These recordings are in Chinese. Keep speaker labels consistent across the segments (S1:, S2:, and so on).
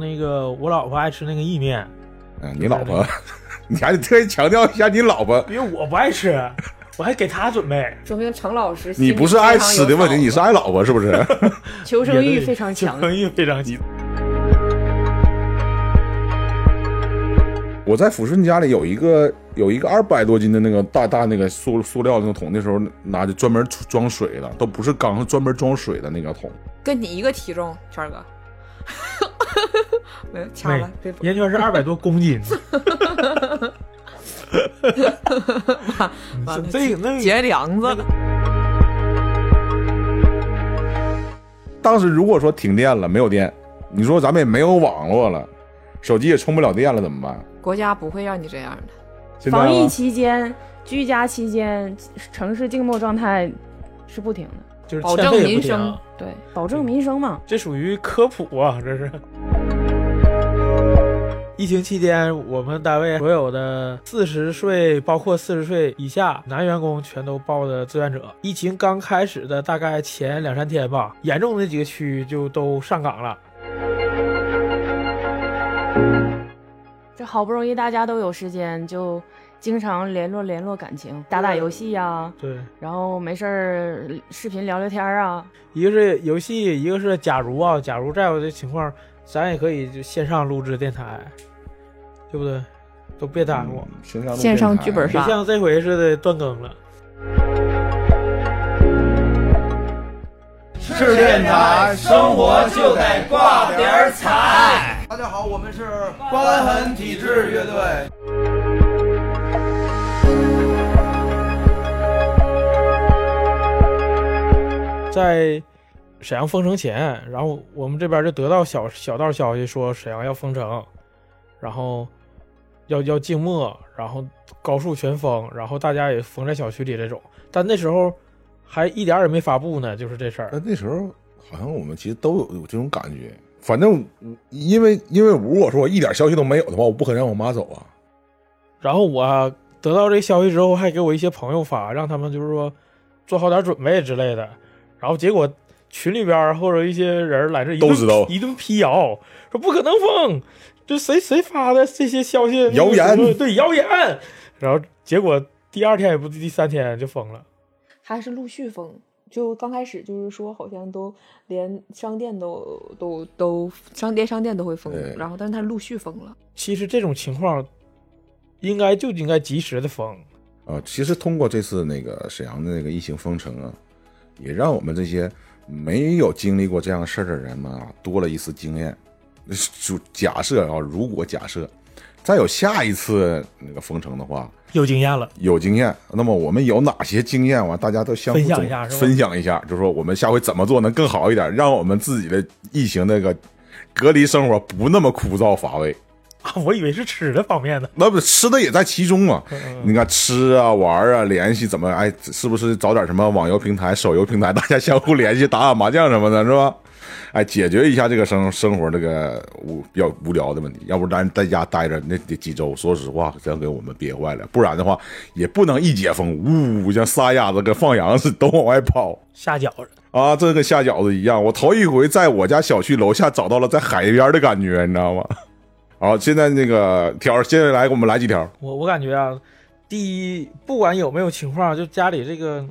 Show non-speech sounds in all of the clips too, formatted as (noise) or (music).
S1: 那个我老婆爱吃那个意面，
S2: 嗯，你老婆， (laughs) 你还得特意强调一下你老婆，
S1: 因为我不爱吃，我还给她准备。
S3: 说明程老师心里
S2: 你不是爱吃的问题，
S3: 非常有
S2: 你是爱老婆是不是？ (laughs)
S3: 脑子求生欲非常强
S1: 求。生欲非常强。
S2: 我在抚顺家里有一个有一个二百多斤的那个大大那个塑塑料那个桶，那时候拿着专门装水的，都不是缸，是专门装水的那个桶。
S3: 跟你一个体重，圈儿哥。 (laughs) 没有掐
S1: 没
S3: 了，别， (laughs)
S1: 烟圈是二百多公斤，
S3: 完了
S1: 这个嗯那个
S3: 结梁子了。
S2: 当时如果说停电了，没有电，你说咱们也没有网络了，手机也充不了电了，怎么办？
S3: 国家不会让你这样的。
S2: 现在
S4: 防疫
S2: 呢
S4: 期间、居家期间，城市静默状态是不停的，
S1: 就是
S3: 保
S1: 欠
S3: 证
S1: 费也
S3: 民
S1: 不停
S3: 生
S4: 对，保证民生嘛。
S1: 这属于科普啊，这是。疫情期间，我们单位所有的四十岁，包括四十岁以下男员工，全都报的志愿者。疫情刚开始的大概前两三天吧，严重的几个区就都上岗了。
S4: 这好不容易大家都有时间，就经常联络联络感情，打打游戏呀、
S1: 对，
S4: 然后没事儿视频聊聊天儿 (laughs) 啊。
S1: 一个是游戏，一个是假如啊，假如再有这情况，咱也可以就线上录制电台，对不对？都别耽误。
S2: 嗯线上录
S3: 线上
S2: 电台
S3: 剧本
S1: 别
S3: 杀
S1: 像这回似的断更了。
S5: 是电台，生活就得挂点儿彩。大家好，我们是瘢痕体质乐队。
S1: 在沈阳封城前，然后我们这边就得到小小道消息说沈阳要封城，然后要要静默，然后高速全封，然后大家也封在小区里这种。但那时候还一点儿也没发布呢，就是这事儿。
S2: 但那时候好像我们其实都有有这种感觉。反正因为因为如果说我一点消息都没有的话，我不可能让我妈走啊。
S1: 然后我得到这个消息之后，还给我一些朋友发，让他们就是说做好点准备之类的。然后结果群里边儿或者一些人来这一顿
S2: 都知道
S1: 一顿辟谣，说不可能封，这谁谁发的这些消息，
S2: 谣言
S1: 什么对谣言。然后结果第二天也不是第三天就封了，
S3: 还是陆续封。就刚开始就是说，好像都连商店都都都商店商店都会封
S2: 对，
S3: 然后但是他陆续封了。
S1: 其实这种情况应该就应该及时的封。
S2: 啊，其实通过这次那个沈阳的那个疫情封城啊，也让我们这些没有经历过这样事儿的人们啊，多了一丝经验。就假设啊，如果假设再有下一次那个封城的话，
S1: 有经验了， (laughs)
S2: 有经验，那么我们有哪些经验完，大家都相互
S1: 分享
S2: 总
S1: 一下是吧
S2: 分享一下，就说我们下回怎么做能更好一点，让我们自己的疫情那个隔离生活不那么枯燥乏味。
S1: 啊，我以为是吃的方面的。
S2: 那不吃的也在其中嘛？你看吃啊、玩啊、联系怎么？哎，是不是找点什么网游平台、手游平台，大家相互联系、打打麻将什么的，是吧？哎，解决一下这个生生活这个无比较无聊的问题，要不然在家待着那得几周，说实话，真给我们憋坏了。不然的话，也不能一解封，呜，像撒丫子跟放羊似的都往外跑。
S1: 下饺子，
S2: 啊，这跟下饺子一样。我头一回在我家小区楼下找到了在海边的感觉，你知道吗？好，现在那个条儿，接下来给我们来几条。
S1: 我我感觉啊，第一，不管有没有情况，就家里这个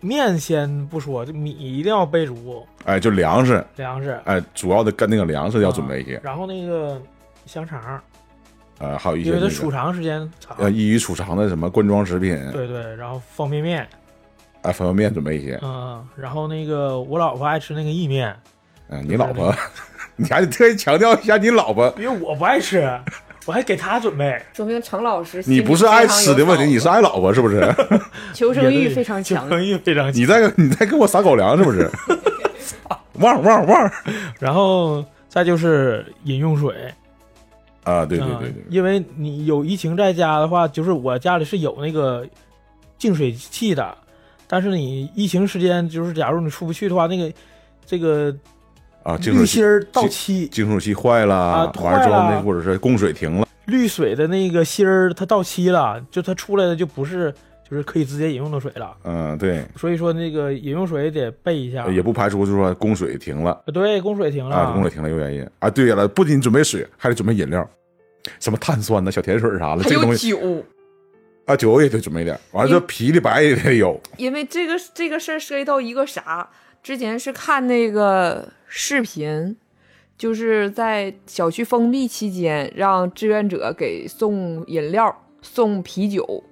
S1: 面先不说，这米一定要备足
S2: 哎，就粮食，
S1: 粮食，
S2: 哎，主要的干那个粮食要准备一些
S1: 啊，然后那个香肠，
S2: 呃，还有一些
S1: 因为它
S2: 那
S1: 储
S2: 个
S1: 藏时间长，
S2: 呃易于储藏的什么罐装食品，
S1: 对对，然后方便面，
S2: 哎，方便面准备一些。
S1: 嗯，然后那个我老婆爱吃那个意面，
S2: 嗯、你老婆，你还得特意强调一下你老婆，
S1: 因为我不爱吃，我还给她准备，
S3: 说明程老师心里
S2: 你不是爱吃的问题，你
S3: 非
S2: 是
S3: 常
S2: 爱老婆是不是？
S1: (laughs)
S4: 求生欲非常强
S1: 求，生欲非常强
S2: 你。在你在给我撒狗粮是不是？旺旺旺！
S1: 然后再就是饮用水，
S2: 啊，对对
S1: 嗯
S2: 对对，
S1: 因为你有疫情在家的话，就是我家里是有那个净水器的，但是你疫情时间，就是假如你出不去的话，那个这个
S2: 啊，净
S1: 滤
S2: 水器
S1: 芯儿到期，
S2: 净水器坏了，
S1: 啊
S2: 完了之后
S1: 坏
S2: 那
S1: 了
S2: 或者是供水停了，
S1: 滤水的那个芯儿它到期了，就它出来的就不是就是可以直接饮用的水了。
S2: 嗯，对，
S1: 所以说那个饮用水得备一下。呃
S2: 也不排除就是说供水停了
S1: 对，供水停了，
S2: 哎啊，供水停了有原因啊。对了，不仅准备水，还得准备饮料，什么碳酸呐、小甜水儿啥的，
S3: 还
S2: 这个
S3: 有
S2: 东西
S3: 酒，哎
S2: 啊，酒也得准备点儿。完了，这啤的白也得有，
S3: 因为这个这个事儿涉及到一个啥？之前是看那个视频，就是在小区封闭期间，让志愿者给送饮料、送啤酒，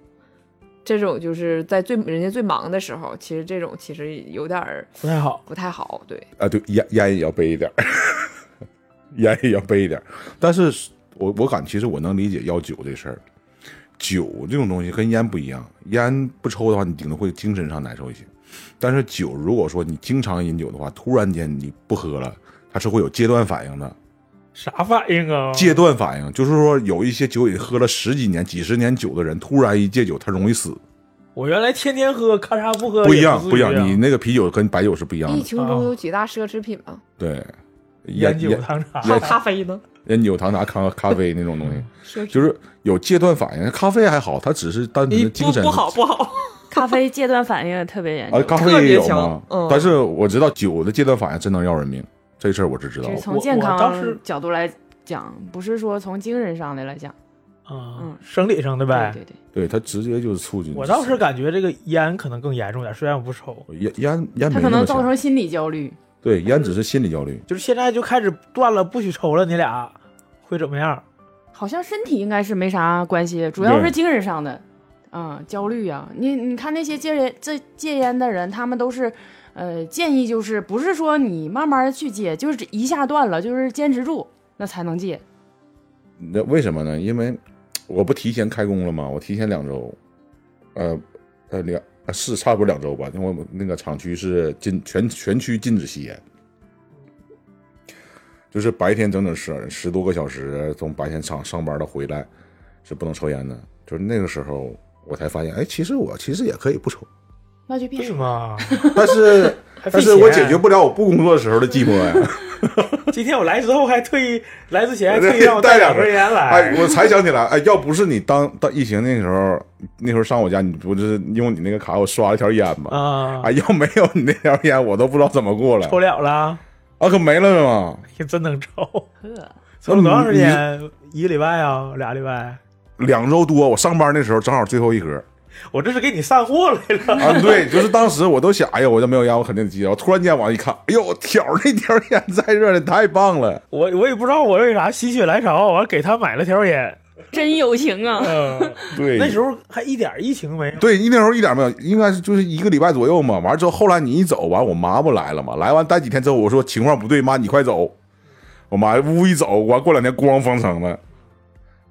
S3: 这种就是在最人家最忙的时候，其实这种其实有点儿
S1: 不太好。
S3: 不太好，对，
S2: 啊，对，烟烟也要备一点儿， (laughs) 烟也要备一点儿。但是我我感其实我能理解要酒这事儿，酒这种东西跟烟不一样，烟不抽的话，你顶多会精神上难受一些。但是酒，如果说你经常饮酒的话，突然间你不喝了，它是会有阶段反应的。
S1: 啥反应啊？
S2: 戒断反应，就是说有一些酒瘾喝了十几年、几十年酒的人，突然一戒酒，他容易死。
S1: 我原来天天喝，咔嚓不喝
S2: 不一
S1: 也
S2: 样，
S1: 至于
S2: 不一样，
S1: 啊
S2: 你那个啤酒跟白酒是不一样
S3: 疫
S2: 的。
S3: 情中有几大奢侈品嘛，
S2: 对，烟
S1: 烟酒
S2: 烟
S1: 糖茶
S3: 还有咖啡呢，
S2: 烟酒、糖茶、咖咖啡那种东西，
S3: 奢侈
S2: 就是有戒断反应。咖啡还好，它只是单纯
S3: 你
S2: 的精
S3: 不
S2: 神
S3: 不好不好，
S4: 咖啡戒断反应也特别严
S2: 啊，
S4: 重，
S2: 咖啡也有
S3: 特别
S2: 嘛
S3: 强。嗯
S2: 但是我知道酒的戒断反应真能要人命，这事儿我是知道
S4: 这
S2: 的
S4: 是。从
S1: 我
S4: 健
S1: 我
S4: 康
S1: 当时
S4: 角度来讲，不是说从精神上的来讲。
S1: 啊
S4: 嗯，
S1: 生理上的呗。
S4: 对对
S2: 对，
S4: 对，
S2: 它直接就是促进。
S1: 我倒是感觉这个烟可能更严重点，虽然我不抽，
S2: 烟烟烟没
S4: 它可
S2: 那
S4: 能
S2: 么
S4: 造
S2: 强，
S4: 成心理焦虑。
S2: 对，烟只是心理焦虑。
S1: 就是现在就开始断了，不许抽了，你俩会怎么样？
S4: 好像身体应该是没啥关系，主要
S2: 对
S4: 是精神上的，啊、焦虑啊。你你看那些戒烟这戒烟的人，他们都是，呃，建议就是不是说你慢慢去戒，就是一下断了，就是坚持住，那才能戒。
S2: 那为什么呢？因为我不提前开工了吗？我提前两周，呃呃两呃是差不多两周吧。因为我们那个厂区是禁全全区禁止吸烟，就是白天整整十十多个小时，从白天厂上班到回来是不能抽烟的。就是那个时候我才发现，哎，其实我其实也可以不抽，
S4: 那就别
S1: 对
S4: 说，
S1: 吗？
S2: 但是
S1: (laughs) 还费
S2: 但是我
S1: 钱啊
S2: 解决不了我不工作的时候的寂寞呀。
S1: 今天我来之后还特意来之前
S2: (laughs)
S1: 还特意让我
S2: 带
S1: 带两
S2: 根
S1: 根烟
S2: 哎，
S1: 来，
S2: 我才想起来，哎，要不是你当当疫情那时候，那时候上我家，你不就是用你那个卡我刷了条烟吗？
S1: 啊，
S2: 哎，要没有你那条烟，我都不知道怎么过了
S1: 抽。了了，
S2: 啊，可没了吗？
S1: 也真能抽，
S4: 呵，
S1: 抽了多长时间？一个礼拜啊，俩礼拜。
S2: 两周多，我上班那时候正好最后一盒。
S1: 我这是给你散货来了，
S2: 啊，对，就是当时我都想，哎呀，我这没有烟，我肯定得戒。我突然间往一看，哎呦，挑那条烟在这里太棒了。
S1: 我我也不知道我为啥心血来潮，完给他买了条烟。
S4: 真友情啊！ (laughs)
S1: 嗯，
S2: 对，
S1: 那时候还一点疫情没有。
S2: 对，那时候一点没有，应该是就是一个礼拜左右嘛。完了之后，后来你一走，完我妈不来了嘛，来完待几天之后，我说情况不对，妈你快走。我妈呜一走，完过两天咣封城了，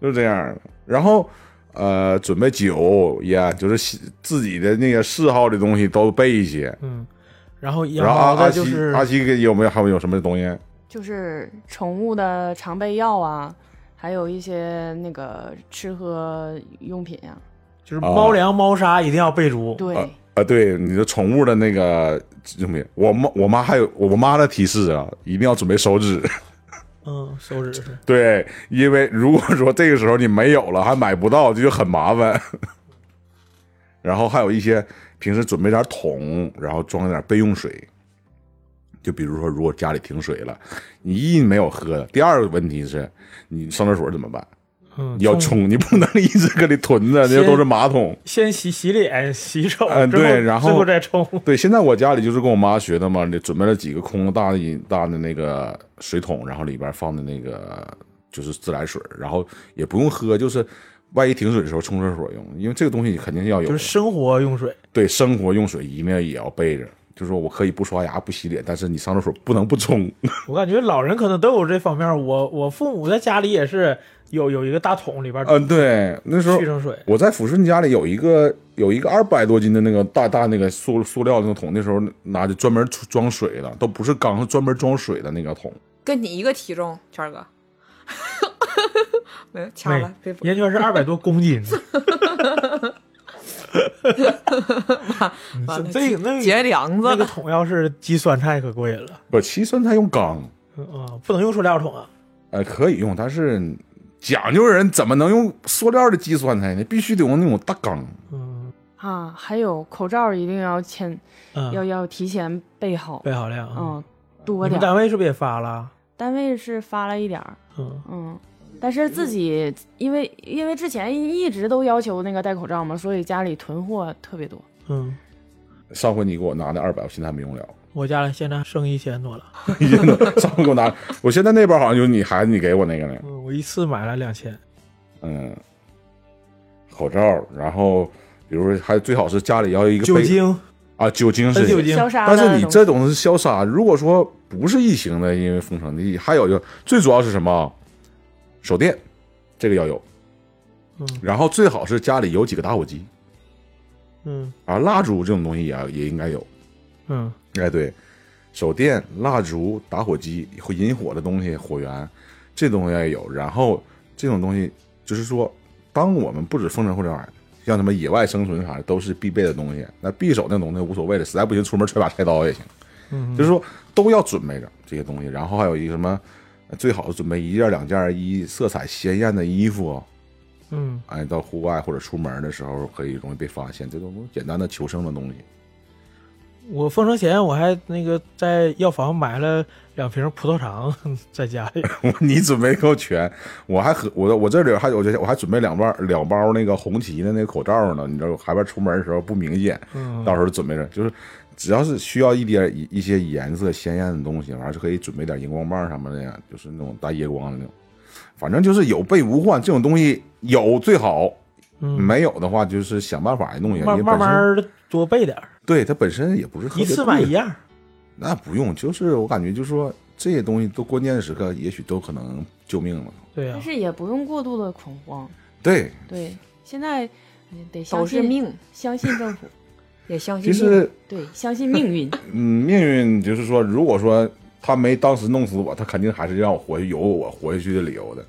S2: 就是这样的。然后呃，准备酒烟，就是喜自己的那个嗜好的东西都备一些。
S1: 嗯，然后养
S2: 然后阿
S1: 猫
S2: 阿
S1: 的
S2: 西、
S1: 就是
S2: 阿西给有没有还有有什么东西？
S4: 就是宠物的常备药啊，还有一些那个吃喝用品啊。
S1: 就是猫粮、猫砂一定要备足。
S4: 对，
S2: 啊啊，对，你的宠物的那个用品，我妈我妈还有我妈的提示啊，一定要准备手纸。
S1: 嗯，手指是
S2: 对，因为如果说这个时候你没有了，还买不到，这就很麻烦。 (laughs) 然后还有一些平时准备点桶，然后装点备用水。就比如说，如果家里停水了，你一没有喝的，第二个问题是你上厕所怎么办？
S1: 嗯，
S2: 你要
S1: 冲，
S2: 冲，你不能一直搁里囤着，那都是马桶。
S1: 先洗洗脸、洗手，
S2: 嗯
S1: 之后
S2: 对然后
S1: 最后再冲。
S2: (laughs) 对，现在我家里就是跟我妈学的嘛，准备了几个空的大的饮大的那个水桶，然后里边放的那个就是自来水，然后也不用喝，就是万一停水的时候冲厕所用，因为这个东西肯定要有
S1: 就
S2: 的。
S1: 是生活用水，
S2: 对，生活用水一定也要备着。就说我可以不刷牙不洗脸，但是你上厕所不能不冲。 (laughs)
S1: 我感觉老人可能都有这方面。我我父母在家里也是有有一个大桶里边
S2: 嗯，对，那时候
S1: 蓄上水，
S2: 我在抚顺家里有一个有一个二百多斤的那个大大那个塑塑料那个桶，那时候拿着专门装水的，都不是缸，是专门装水的那个桶。
S3: 跟你一个体重，圈儿哥， (laughs) 没有掐
S1: 对
S3: 了，别，
S1: 烟圈是二百多公斤。
S3: 完了
S1: 嗯这个那
S3: 结
S1: 个
S3: 梁子
S1: 那个
S3: 了，
S1: 桶要是鸡酸菜可过瘾了，
S2: 不，其实它用缸，
S1: 嗯啊，不能用塑料桶啊。
S2: 呃，可以用，但是讲究人怎么能用塑料的鸡酸菜呢？必须得用那种大缸。
S1: 嗯，
S4: 啊，还有口罩一定要前要
S1: 嗯，
S4: 要提前备好，
S1: 备好量啊。
S4: 嗯，多
S1: 你们
S4: 点儿。
S1: 单位是不是也发了？
S4: 单位是发了一点儿，
S1: 嗯，
S4: 嗯，但是自己因为因为之前一直都要求那个戴口罩嘛，所以家里囤货特别多。
S1: 嗯，
S2: 上回你给我拿那二百，我现在还没用了。 (laughs)
S1: 我家里现在剩一千多了。
S2: 一千多，上回给我拿，我现在那边好像就是你孩子你给我那个呢。
S1: 嗯，我一次买了两千。
S2: 嗯，口罩，然后比如说还最好是家里要一个
S1: 酒
S2: 杯
S1: 精，
S2: 啊，酒精
S1: 呃
S2: 是
S1: 酒精
S4: 消杀
S2: 但
S4: 的
S2: 是你
S4: 东西
S2: 这种是消杀，如果说不是疫情的，因为封城的，还有就最主要是什么？手电，这个要有，
S1: 嗯
S2: 然后最好是家里有几个打火机
S1: 嗯
S2: 啊，蜡烛这种东西也也应该有。
S1: 嗯
S2: 哎，对，手电、蜡烛、打火机会引火的东西，火源这东西要有。然后这种东西就是说，当我们不止封城或者玩意儿，像什么野外生存啥的，都是必备的东西。那匕首那种东西无所谓了，实在不行出门揣把菜刀也行。
S1: 嗯，
S2: 就是说都要准备着这些东西，然后还有一个什么，呃最好是准备一件儿两件儿衣色彩鲜艳的衣服，
S1: 嗯
S2: 哎，到户外或者出门的时候可以容易被发现，这种简单的求生的东西。
S1: 我封城前我还那个在药房买了两瓶葡萄糖在家里。
S2: (laughs) 你准备够全，我还和我我这里还有我还准备两包两包那个红旗的那个口罩呢，你知道，害怕出门的时候不明显，
S1: 嗯
S2: 到时候准备着，就是只要是需要一点一一些颜色鲜艳的东西，完了就可以准备点荧光棒什么的呀，就是那种带夜光的那种，反正就是有备无患，这种东西有最好，
S1: 嗯，
S2: 没有的话就是想办法弄下。
S1: 慢
S2: 因为
S1: 慢
S2: 本身
S1: 慢的多备点儿，
S2: 对它本身也不是特
S1: 一
S2: 别
S1: 次买
S2: 贵
S1: 一样。
S2: 那不用，就是我感觉就是说这些东西都关键时刻也许都可能救命了。
S1: 对呀
S4: 但、是也不用过度的恐慌。
S2: 对，
S4: 对，现在嗯得
S3: 都
S4: 相
S3: 是
S4: 信，
S3: 命，
S4: 相信政府，
S3: 也相信
S2: 其
S3: 命。
S2: 实
S4: 对，相信命运。
S2: 嗯，命运就是说，如果说他没当时弄死我，他肯定还是让我活下有我活下去的理由的，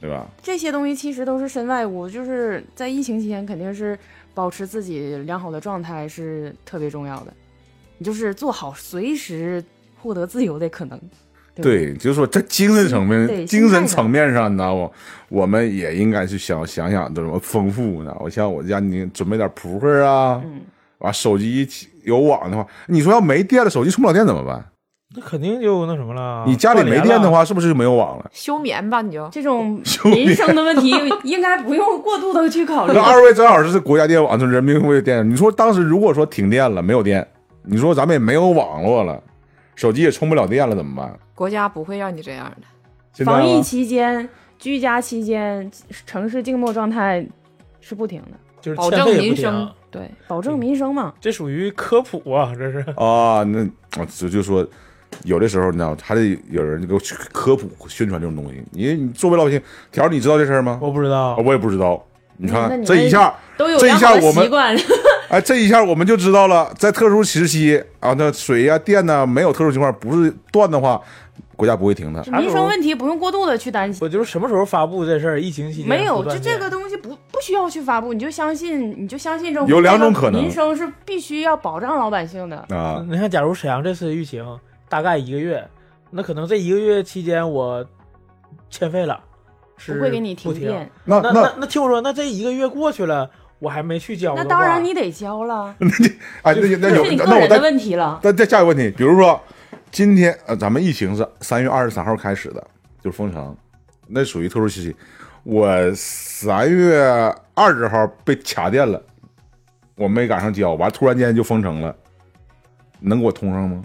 S2: 对吧？
S4: 这些东西其实都是身外物，就是在疫情期间肯定是保持自己良好的状态是特别重要的，你就是做好随时获得自由的可能。对
S2: 对，就是说在精神层面、
S4: 对
S2: 精神
S4: 心态上
S2: 层面上，你知道吗？我们也应该去想想想怎么丰富呢。我像我家，你准备点扑克啊，
S4: 嗯，
S2: 完、手机有网的话，你说要没电了，手机充不了电怎么办？
S1: 那肯定就那什么了。
S2: 你家里
S1: 断
S2: 没
S1: 联
S2: 电的
S1: 了，
S2: 话，是不是就没有啊网了？
S3: 休眠吧，你就
S4: 这种
S2: (laughs)
S4: 民生的问题应该不用过度的去考虑
S2: (laughs) 那。二位正好是国家电网，就是人民公社电。你说当时如果说停电了，没有电，你说咱们也没有网络了，手机也充不了电了，怎么办？
S3: 国家不会让你这样的。
S2: 现在
S4: 防疫
S2: 吗？
S4: 期间、居家期间，城市静默状态是不停的，
S1: 就是
S3: 保
S1: 欠
S3: 证
S1: 费也
S3: 民
S1: 不停
S3: 生
S4: 对，保证民生嘛。
S1: (laughs) 这属于科普啊，这是。
S2: 啊，那我就就说，有的时候你知道，还得有人给我去科普宣传这种东西。你你作为老百姓，条儿你知道这事儿吗？
S1: 我不知道
S2: 啊，我也不知道。你
S4: 那
S2: 看
S4: 你
S2: 这一下，
S4: 都有
S2: 这一
S4: 良
S2: 下
S4: 好的
S2: 我们 (laughs)
S4: 习惯，
S2: 哎，这一下我们就知道了，在特殊时期啊，那水呀、电呐、没有特殊情况，不是断的话，国家不会停的。啊
S1: 候
S4: 民生问题不用过度的去担心。
S1: 我就是什么时候发布这事儿？疫情期间
S4: 没有，
S1: 不
S4: 就
S1: 断
S4: 这个
S1: 电
S4: 东西不不需要去发布，你就相信，你就相信政府。
S2: 有两种
S4: 这个
S2: 可能
S4: 民生是必须要保障老百姓的。
S2: 啊，
S1: 嗯你看，假如沈阳这次疫情大概一个月，那可能这一个月期间我欠费了，是
S4: 不会给你
S1: 不
S4: 停
S1: 停。
S4: 电，
S2: 那
S1: 那
S2: 那
S1: 那那听我说，那这一个月过去了，我还没去交的
S4: 那
S1: 话
S4: 当然你得交了，
S2: 哎，那那
S4: 这
S2: 有
S4: 是你个
S2: 那我
S4: 人的
S2: 再
S4: 问题了。
S2: 那再下一个问题，比如说今天呃，咱们疫情是三月二十三号开始的，就是封城，那属于特殊时期。我三月二十号被卡电了，我没赶上交，完突然间就封城了，能给我通上吗？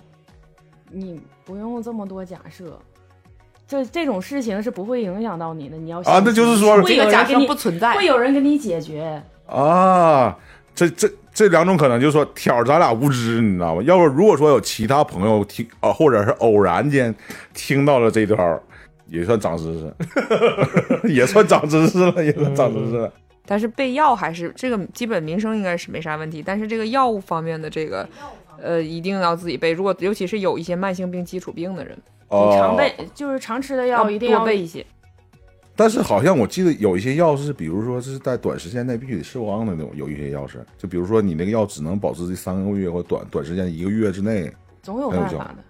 S4: 你不用这么多假设，这这种事情是不会影响到你的。你要
S2: 啊，那就是说
S3: 这
S4: 会有
S3: 个
S4: 人
S3: 假
S4: 给
S3: 设
S4: 你
S3: 不存在
S4: 会，有人给你解决。
S2: 啊，这这这两种可能，就是说挑儿咱俩无知，你知道吗？要不如果说有其他朋友听啊，或者是偶然间听到了这段儿，也算长知识， (laughs) 也算长知识了，也算长知识了。
S3: 但是备药还是这个基本民生应该是没啥问题，但是这个药物方面的这个，呃，一定要自己备。如果尤其是有一些慢性病、基础病的人，
S2: 哦，
S4: 你常备就是常吃的药一定
S3: 多
S4: 要
S3: 备一些。
S2: 但是好像我记得有一些药是，比如说这是在短时间内必须得吃光的那种，有一些药是，就比如说你那个药只能保质这三个月或短短时间一个月之内，
S4: 总有
S2: 还有
S4: 办
S2: 这
S4: 法的。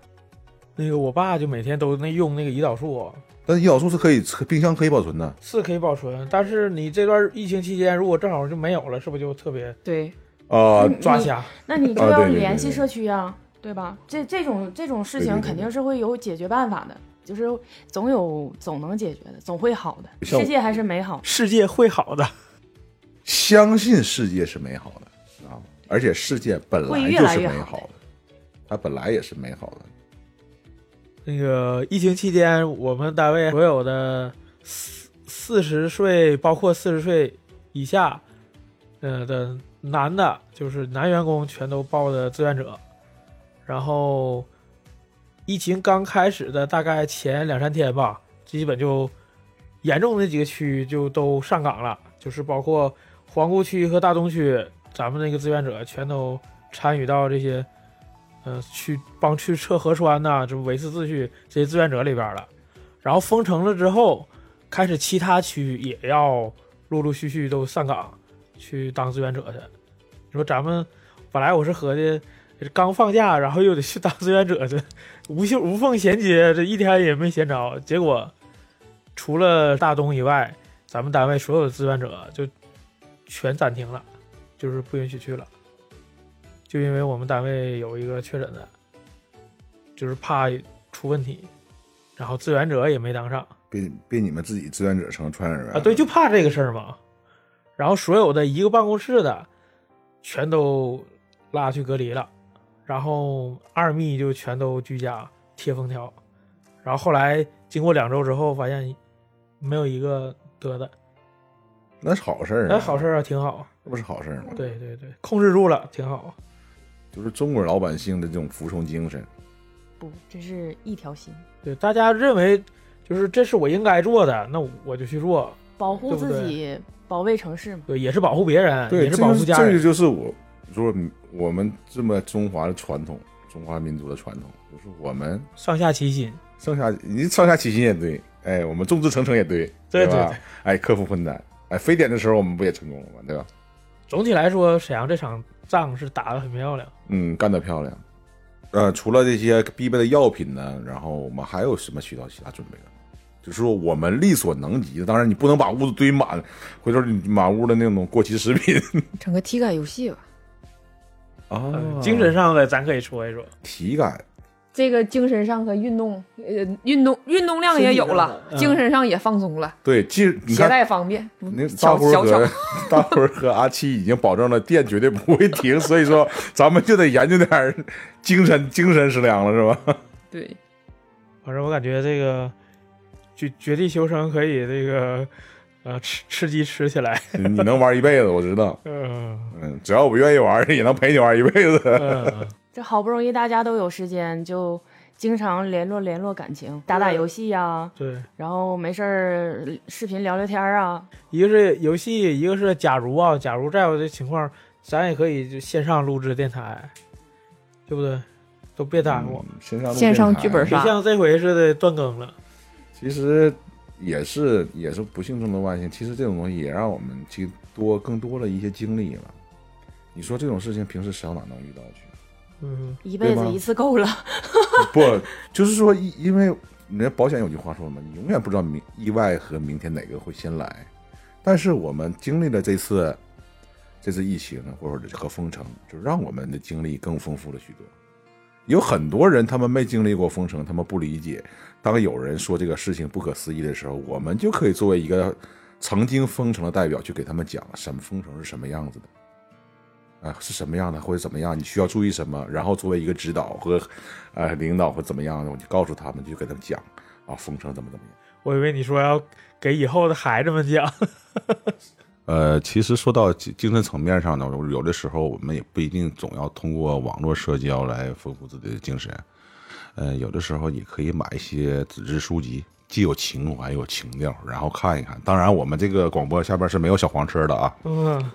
S1: 那个我爸就每天都那用那个胰岛素，
S2: 但是胰岛素是可以冰箱可以保存的，
S1: 是可以保存，但是你这段疫情期间如果正好就没有了，是不是就特别
S3: 对，
S2: 啊，
S1: 抓瞎？
S4: 那你就
S2: 啊
S4: 要
S2: 对对对
S4: 联
S2: 对
S4: 系社区呀、对吧？这这种这种事
S2: 对对
S4: 情
S2: 对
S4: 肯定是会有解决办法的，就是总有总能解决的，总会好的。
S2: 像
S4: 世界还是美好。
S1: 世界会好的，
S2: 相信世界是美好的啊，而且世界本来
S4: 会越
S2: 就
S4: 来
S2: 是
S4: 越
S2: 美
S4: 好
S2: 好的，它本来也是美好的。
S1: 那个疫情期间，我们单位所有的四四十岁，包括四十岁以下，呃的男的，就是男员工全都报的志愿者。然后，疫情刚开始的大概前两三天吧，基本就严重的那几个区就都上岗了，就是包括皇姑区和大东区，咱们那个志愿者全都参与到这些呃，去帮去测核酸呐、这维持秩序这些志愿者里边了。然后封城了之后，开始其他区也要陆陆续续都上岗去当志愿者去。你说咱们本来我是合计刚放假，然后又得去当志愿者去，无休无缝衔接，这一天也没闲着。结果除了大东以外，咱们单位所有的志愿者就全暂停了，就是不允许去了。就因为我们单位有一个确诊的，就是怕出问题，然后志愿者也没当上
S2: 被被你们自己志愿者成传染源
S1: 啊，对，就怕这个事儿嘛。然后所有的一个办公室的全都拉去隔离了，然后二密就全都居家贴封条，然后后来经过两周之后，发现没有一个得的，
S2: 那是好事儿啊，
S1: 哎，好事儿啊，挺好，
S2: 那不是好事儿吗？
S1: 对对对，控制住了，挺好。
S2: 就是中国老百姓的这种服从精神，
S4: 不，这是一条心，
S1: 对，大家认为就是这是我应该做的，那我就去做，
S4: 保护
S1: 对不
S4: 自
S1: 对
S4: 己，保卫城市嘛。
S1: 对，也是保护别人，
S2: 对，
S1: 也
S2: 这
S1: 保
S2: 就是
S1: 护家
S2: 这个
S1: 人。
S2: 就是我说我们这么中华的传统，中华民族的传统，就是我们
S1: 上下齐心，
S2: 上下您上下齐心也对，哎，我们众志成城也对，
S1: 对
S2: 吧？
S1: 对对
S2: 哎，克服困难，哎，非典的时候我们不也成功了吗？对吧？
S1: 总体来说，沈阳这场仗是打得很漂亮。
S2: 嗯，干得漂亮。呃，除了这些必备的药品呢，然后我们还有什么需要其他准备的？就是说我们力所能及的，当然你不能把屋子堆满，回头你满屋的那种过期食品
S3: 整个体感游戏吧。
S2: (laughs) 啊
S1: 嗯精神上的咱可以说一说，
S2: 体感
S3: 这个精神上和运动，呃，运动运动量也有了，
S1: 身体上的嗯
S3: 精神上也放松了，
S2: 对，其嗯实你
S3: 携
S2: 看。
S3: 带方便。
S2: 那大
S3: 嗯小
S2: 辉
S3: 小
S2: (laughs)
S3: 巧
S2: 和大辉和阿七已经保证了电绝对不会停，所以说咱们就得研究点儿精神精神食粮了，是吧？ (laughs)
S3: 对，
S1: 反正我感觉这个绝绝地求生可以这个呃吃吃鸡吃起来，
S2: 你你能玩一辈子，我知道。
S1: 嗯
S2: 嗯，只要我愿意玩，也能陪你玩一辈子。
S1: 嗯，
S4: 这好不容易大家都有时间，就经常联络联络感情，打打游戏呀、啊
S1: 对，
S4: 然后没事儿视频聊聊天儿啊。
S1: (laughs) 一个是游戏，一个是假如啊，假如再有这情况，咱也可以就线上录制电台，对不对？都别耽误，
S2: 嗯线上录
S3: 线上
S2: 电台
S3: 剧本
S1: 别、
S3: 杀
S1: 像这回似的断更了。
S2: 其实也是也是不幸中的万幸。其实这种东西也让我们去多更多的一些经历了。你说这种事情平时上哪能遇到去？
S1: 嗯，
S4: 一辈
S2: 对
S4: 子
S2: 吗
S4: 一次够了， (laughs)
S2: (laughs) 不，就是说，因因为人家保险有句话说嘛，你永远不知道明意外和明天哪个会先来。但是我们经历了这次这次疫情或者和封城，就让我们的经历更丰富了许多。有很多人他们没经历过封城，他们不理解。当有人说这个事情不可思议的时候，我们就可以作为一个曾经封城的代表去给他们讲什么封城是什么样子的。啊，是什么样的，或者怎么样，你需要注意什么，然后作为一个指导和呃领导或怎么样的，我就告诉他们，就给他们讲啊，封城怎么怎么样。
S1: 我以为你说要给以后的孩子们讲，
S2: 呃，其实说到精精神层面上呢，有的时候我们也不一定总要通过网络社交来丰富自己的精神，呃，有的时候也可以买一些纸质书籍，既有情怀又有情调，然后看一看。当然，我们这个广播下边是没有小黄车的啊， (laughs)
S1: 嗯，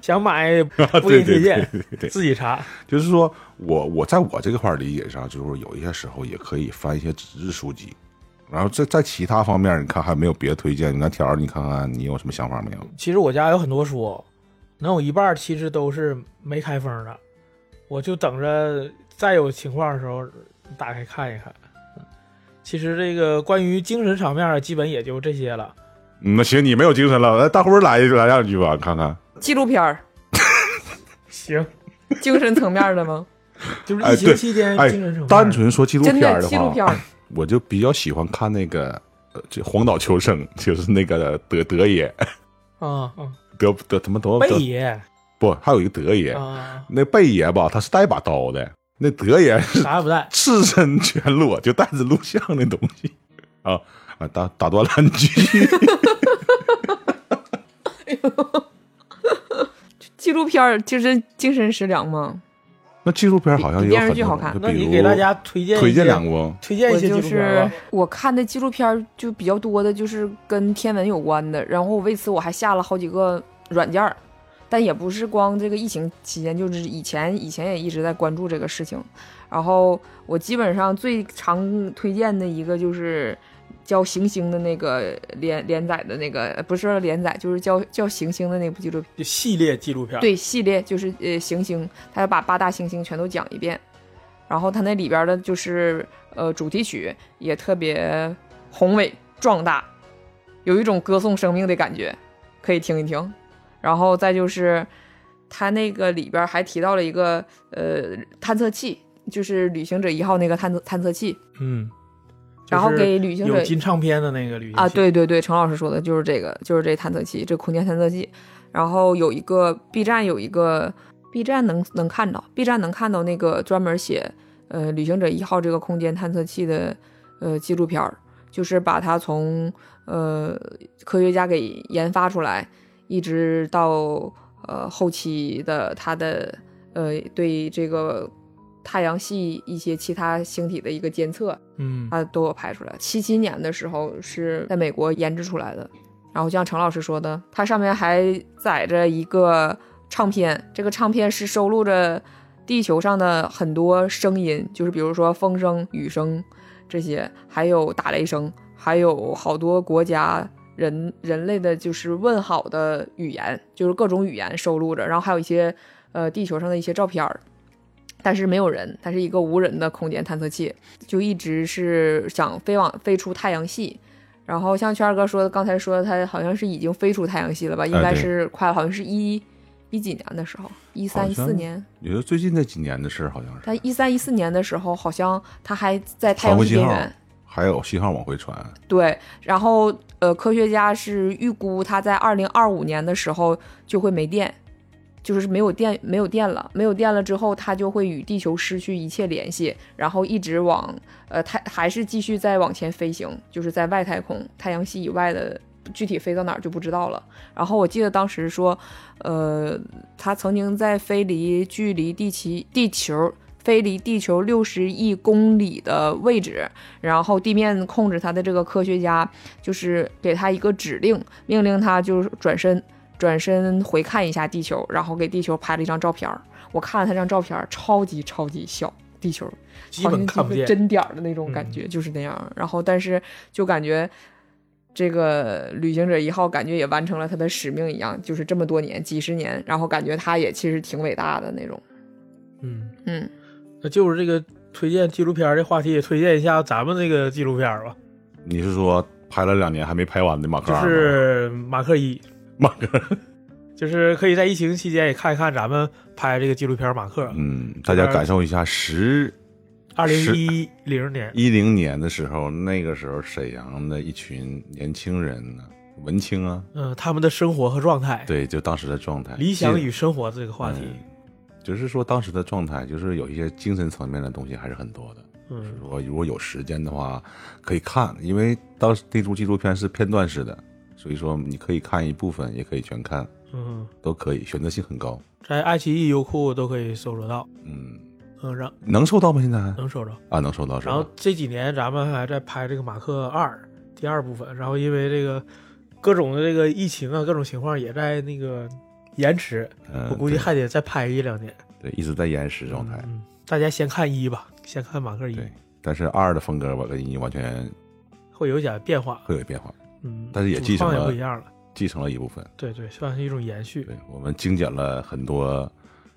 S1: 想买不给你推荐，自己查。
S2: 就是说我我在我这个块儿理解上，就是有一些时候也可以翻一些纸质书籍。然后在在其他方面，你看还有没有别的推荐？你看条儿，你看看你有什么想法没有？
S1: 其实我家有很多书，能有一半儿其实都是没开封的，我就等着再有情况的时候打开看一看。其实这个关于精神场面，基本也就这些了。
S2: 嗯那行，你没有精神了，来大辉儿来来两句吧，看看。
S3: 纪录片儿，
S1: 行，
S3: 精神层面的吗？
S1: 就是
S2: 哎
S1: 疫
S2: 对
S1: 情期间
S2: 哎
S1: 精神场面，
S2: 单纯说纪录
S3: 真
S2: 片
S3: 的
S2: 儿的
S3: 纪录
S2: 话，
S3: 片儿，
S2: 我就比较喜欢看那个呃这荒岛求生，就是那个德德爷
S1: 啊啊，
S2: 德德他妈德
S1: 贝
S2: 德
S1: 爷
S2: 不，还有一个德爷，
S1: 啊，
S2: 那贝爷吧，他是带把刀的，那德爷是
S1: 啥也不带。
S2: 赤身全裸，就带着录像那东西 (laughs) 啊啊，打打断了你继续
S3: 纪录片儿就是精神食粮吗？
S2: 那纪录片好像也有很多
S3: 比电视剧好看
S2: 就
S1: 那
S2: 比
S1: 你
S2: 如
S1: 给大家推荐一
S2: 推
S1: 些
S2: 荐两部，
S1: 推荐一
S3: 我
S1: 些纪
S3: 就
S1: 录片
S3: 是
S1: 吧。
S3: 我看的纪录片儿就比较多的，就是跟天文有关的。然后我为此我还下了好几个软件儿，但也不是光这个疫情期间，就是以前以前也一直在关注这个事情。然后我基本上最常推荐的一个就是叫《行星》的那个连连载的那个，呃不是说连载，就是叫叫《行星》的那部纪录片。
S1: 就系列纪录片，
S3: 对系列，就是呃行星，他把八大行星全都讲一遍，然后他那里边的就是呃主题曲也特别宏伟壮大，有一种歌颂生命的感觉，可以听一听。然后再就是他那个里边还提到了一个呃探测器，就是旅行者一号那个探测探测器，
S1: 嗯，
S3: 然后
S1: 就是
S3: 给旅行者
S1: 有金唱片的那个旅行
S3: 啊，
S1: 器，
S3: 对对对，陈老师说的就是这个，就是这探测器，这空间探测器。然后有一个 B 站有一个 B 站能能看到，B 站能看到那个专门写呃旅行者一号这个空间探测器的呃纪录片儿，就是把它从呃科学家给研发出来，一直到呃后期的它的呃对这个太阳系一些其他星体的一个监测，
S1: 嗯，
S3: 它都有拍出来。七七年的时候是在美国研制出来的，然后就像程老师说的，它上面还载着一个唱片，这个唱片是收录着地球上的很多声音，就是比如说风声、雨声这些，还有打雷声，还有好多国家。人人类的就是问好的语言，就是各种语言收录着，然后还有一些呃地球上的一些照片儿，但是没有人，它是一个无人的空间探测器，就一直是想飞往飞出太阳系。然后像圈儿哥说的，刚才说他好像是已经飞出太阳系了吧？应该
S2: 对
S3: 是快了，好像是一一几年的时候，一
S2: 好
S3: 三一
S2: 像
S3: 四年，
S2: 也是最近这几年的事儿，好像是。
S3: 他一三一四年的时候，好像他还在太
S2: 传
S3: 阳
S2: 回
S3: 系
S2: 信
S3: 边
S2: 号
S3: 缘。，
S2: 还有信号往回传。
S3: 对，然后呃，科学家是预估它在二零二五年的时候就会没电，就是没有电，没有电了，没有电了之后，它就会与地球失去一切联系，然后一直往呃太还是继续再往前飞行，就是在外太空太阳系以外的。具体飞到哪儿就不知道了。然后我记得当时说，呃，它曾经在飞离距离地奇地球飞离地球六十亿公里的位置，然后地面控制他的这个科学家，就是给他一个指令，命令他就是转身，转身回看一下地球，然后给地球拍了一张照片儿。我看了他这张照片儿，超级超级小，地球
S1: 基本看不
S3: 好
S1: 见
S3: 像
S1: 嗯
S3: 就是。针点儿的那种感觉，就是那样。然后，但是就感觉这个旅行者一号感觉也完成了他的使命一样，就是这么多年几十年，然后感觉他也其实挺伟大的那种。
S1: 嗯，
S3: 嗯，
S1: 那就是这个推荐纪录片的话题，也推荐一下咱们这个纪录片吧，
S2: 你是说拍了两年还没拍完的马克
S1: 就
S2: 二吗？
S1: 是马克一，
S2: 马克，
S1: 就是可以在疫情期间也看一看咱们拍这个纪录片《马克》。
S2: 嗯，大家感受一下十
S1: 二零
S2: 是
S1: 一零年，
S2: 一零年的时候，那个时候沈阳的一群年轻人呢，文青啊，
S1: 嗯，他们的生活和状态，
S2: 对，就当时的状态，
S1: 哎理想与生活这个话题
S2: 嗯，就是说当时的状态，就是有一些精神层面的东西还是很多的。就是
S1: 嗯，
S2: 说如果有时间的话，可以看，因为当时那部纪录片是片段式的，所以说你可以看一部分，也可以全看，
S1: 嗯，
S2: 都可以，选择性很高。
S1: 在爱奇艺、优酷都可以搜索到，
S2: 嗯，
S1: 嗯，让
S2: 能收到吗？现在
S1: 能搜着。
S2: 啊，能收到是
S1: 然后
S2: 吧？
S1: 这几年咱们还在拍这个《马克二》第二部分，然后因为这个各种的这个疫情啊，各种情况也在那个延迟，
S2: 嗯，
S1: 我估计还得再拍一两年。
S2: 对对一直在延时状态。
S1: 嗯，大家先看一吧，先看《马克一》
S2: 对，但是二的风格我跟一完全
S1: 会有一点变化，
S2: 会有变化，
S1: 嗯，
S2: 但是也继
S1: 主
S2: 承
S1: 创也
S2: 了
S1: 不一样了。
S2: 继承了一部分。
S1: 对对，算是一种延续
S2: 对。我们精简了很多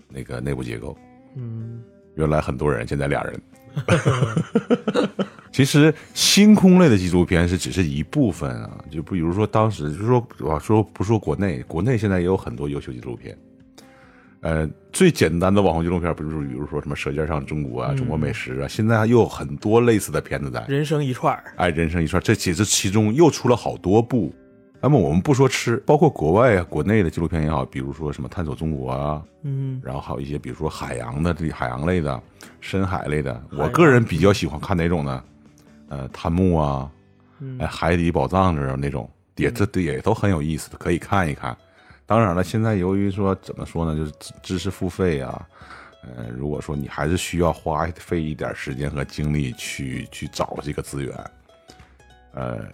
S2: 那个内部结构，
S1: 嗯， (laughs)
S2: 原来很多人，现在俩人，其实星空类的纪录片是只是一部分啊，就比如说当时就是说我说不说国内，国内现在也有很多优秀纪录片。呃，最简单的网红纪录片，比如说比如说什么《舌尖上中国》啊，《中
S1: 嗯
S2: 国美食》啊，现在又有很多类似的片子在。
S1: 人生一串儿，
S2: 哎，人生一串，这其实其中又出了好多部。那么我们不说吃，包括国外啊、国内的纪录片也好，比如说什么《探索中国》啊，
S1: 嗯，
S2: 然后还有一些比如说海洋的、这海洋类的、深海类的。
S1: 海
S2: 我
S1: 洋
S2: 个人比较喜欢看哪种呢？呃，探墓啊，
S1: 嗯
S2: 哎，海底宝藏这种那种，也这这也都很有意思，可以看一看。当然了，现在由于说怎么说呢，就是知知识付费啊，呃，如果说你还是需要花费一点时间和精力去去找这个资源，呃，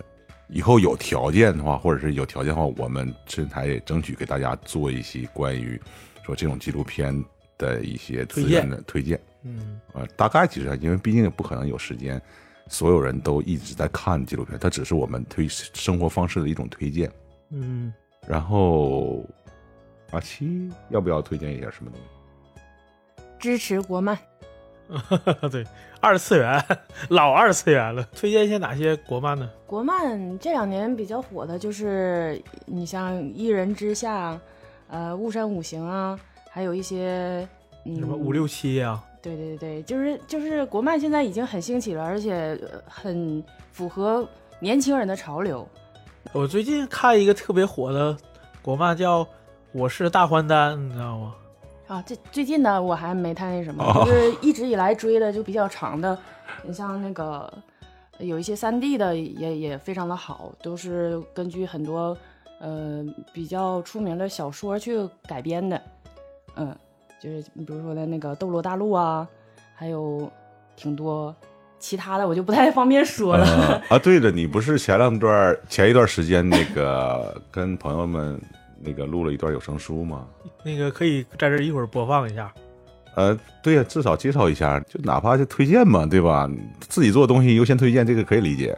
S2: 以后有条件的话，或者是有条件的话，我们这台也争取给大家做一些关于说这种纪录片的一些资源的推荐。
S1: 嗯，
S2: 呃，大概其实因为毕竟不可能有时间，所有人都一直在看纪录片，它只是我们推生活方式的一种推荐。
S1: 嗯， (laughs)
S2: 然后，阿七要不要推荐一点什么东西？
S4: 支持国漫，
S1: 对，二次元， (laughs) 老二次元了。推荐一些哪些国漫呢？
S4: 国漫这两年比较火的就是你像《一人之下》，呃，《雾山五行》啊，还有一些嗯
S1: 什么五六七啊呀？
S4: 对对对，就是就是国漫现在已经很兴起了，而且呃很符合年轻人的潮流。
S1: 我最近看一个特别火的国漫叫《我是大欢丹》，你知道吗？
S4: 啊，这最近呢，我还没太那什么，
S2: 哦
S4: 就是一直以来追的就比较长的，你像那个有一些三 D 的也也非常的好，都是根据很多呃比较出名的小说去改编的，嗯，就是比如说的那个《斗罗大陆》啊，还有挺多其他的我就不太方便说了。
S2: (laughs) 呃啊，对了，你不是前两段儿前一段时间那个跟朋友们那个录了一段有声书吗？
S1: 那个可以在这儿一会儿播放一下。
S2: (laughs) 呃，对呀、至少介绍一下，就哪怕就推荐嘛，对吧？自己做的东西优先推荐，这个可以理解。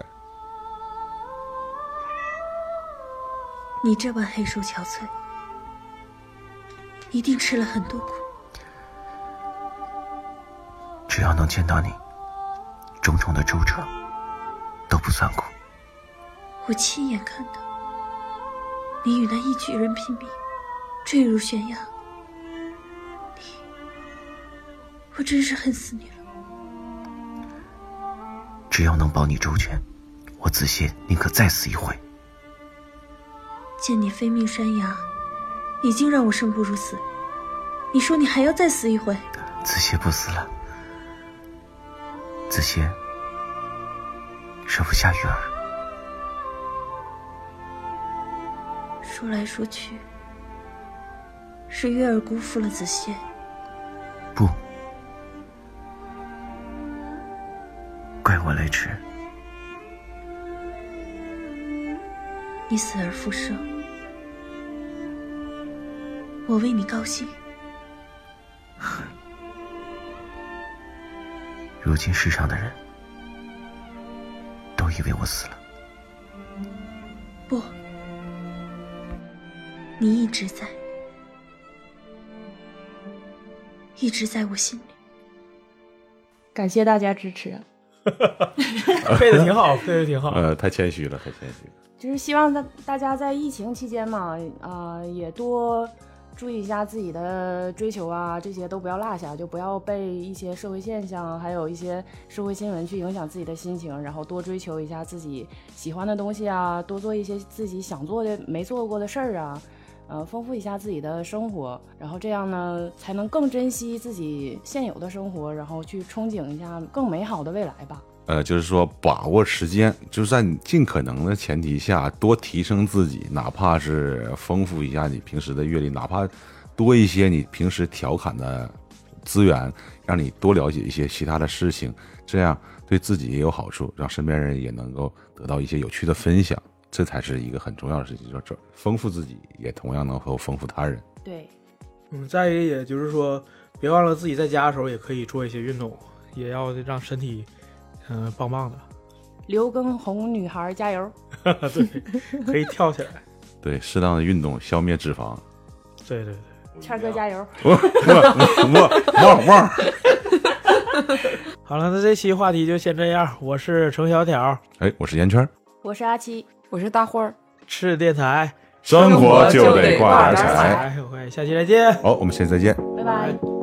S6: 你这般黑手憔悴，一定吃了很多苦。
S7: 只要能见到你，种种的周折都不算苦。
S6: 我亲眼看到你与那一举人拼命，坠入悬崖。你，我真是恨死你了。
S7: 只要能保你周全，我子谢宁可再死一回。
S6: 见你飞命山崖，已经让我生不如死。你说你还要再死一回？
S7: 子谢不死了，子谢舍不下玉儿。
S6: 说来说去，是月儿辜负了子谢。
S7: 不，怪我来迟。
S6: 你死而复生，我为你高兴。
S7: 如今世上的人都以为我死了，
S6: 不，你一直在，一直在我心里。
S4: (laughs) 感谢大家支持啊，
S1: 配的挺好，配的挺好。
S2: 呃，太谦虚了，太谦虚了。
S4: 就是希望大大家在疫情期间嘛，啊、也多注意一下自己的追求啊，这些都不要落下，就不要被一些社会现象，还有一些社会新闻去影响自己的心情，然后多追求一下自己喜欢的东西啊，多做一些自己想做的没做过的事儿啊。呃，丰富一下自己的生活，然后这样呢，才能更珍惜自己现有的生活，然后去憧憬一下更美好的未来吧。
S2: 呃，就是说把握时间，就是在你尽可能的前提下多提升自己，哪怕是丰富一下你平时的阅历，哪怕多一些你平时调侃的资源，让你多了解一些其他的事情，这样对自己也有好处，让身边人也能够得到一些有趣的分享，这才是一个很重要的事情。就是这丰富自己，也同样能够丰富他人。
S4: 对，
S1: 嗯，再一个也就是说，别忘了自己在家的时候也可以做一些运动，也要让身体嗯、呃棒棒的。
S4: 刘畊宏女孩加油！
S1: 对，可以跳起来。 (laughs)
S2: 对，适当的运动消灭脂肪。 (laughs)
S1: 对对对。
S4: 谦儿哥加油！
S2: 我我我汪汪。
S1: 好了，那这期话题就先这样。我是程小条，
S2: 哎，我是烟圈，
S4: 我是阿七，
S3: 我是大花儿，
S1: 赤电台。
S2: 生
S3: 活
S2: 活
S3: 就
S2: 就
S3: 得
S2: 得
S3: 挂
S2: 挂
S3: 点
S2: 点
S3: 彩
S2: 彩。
S1: 哎，我们下期再见。
S2: 好，我们下期再见。
S4: 拜拜。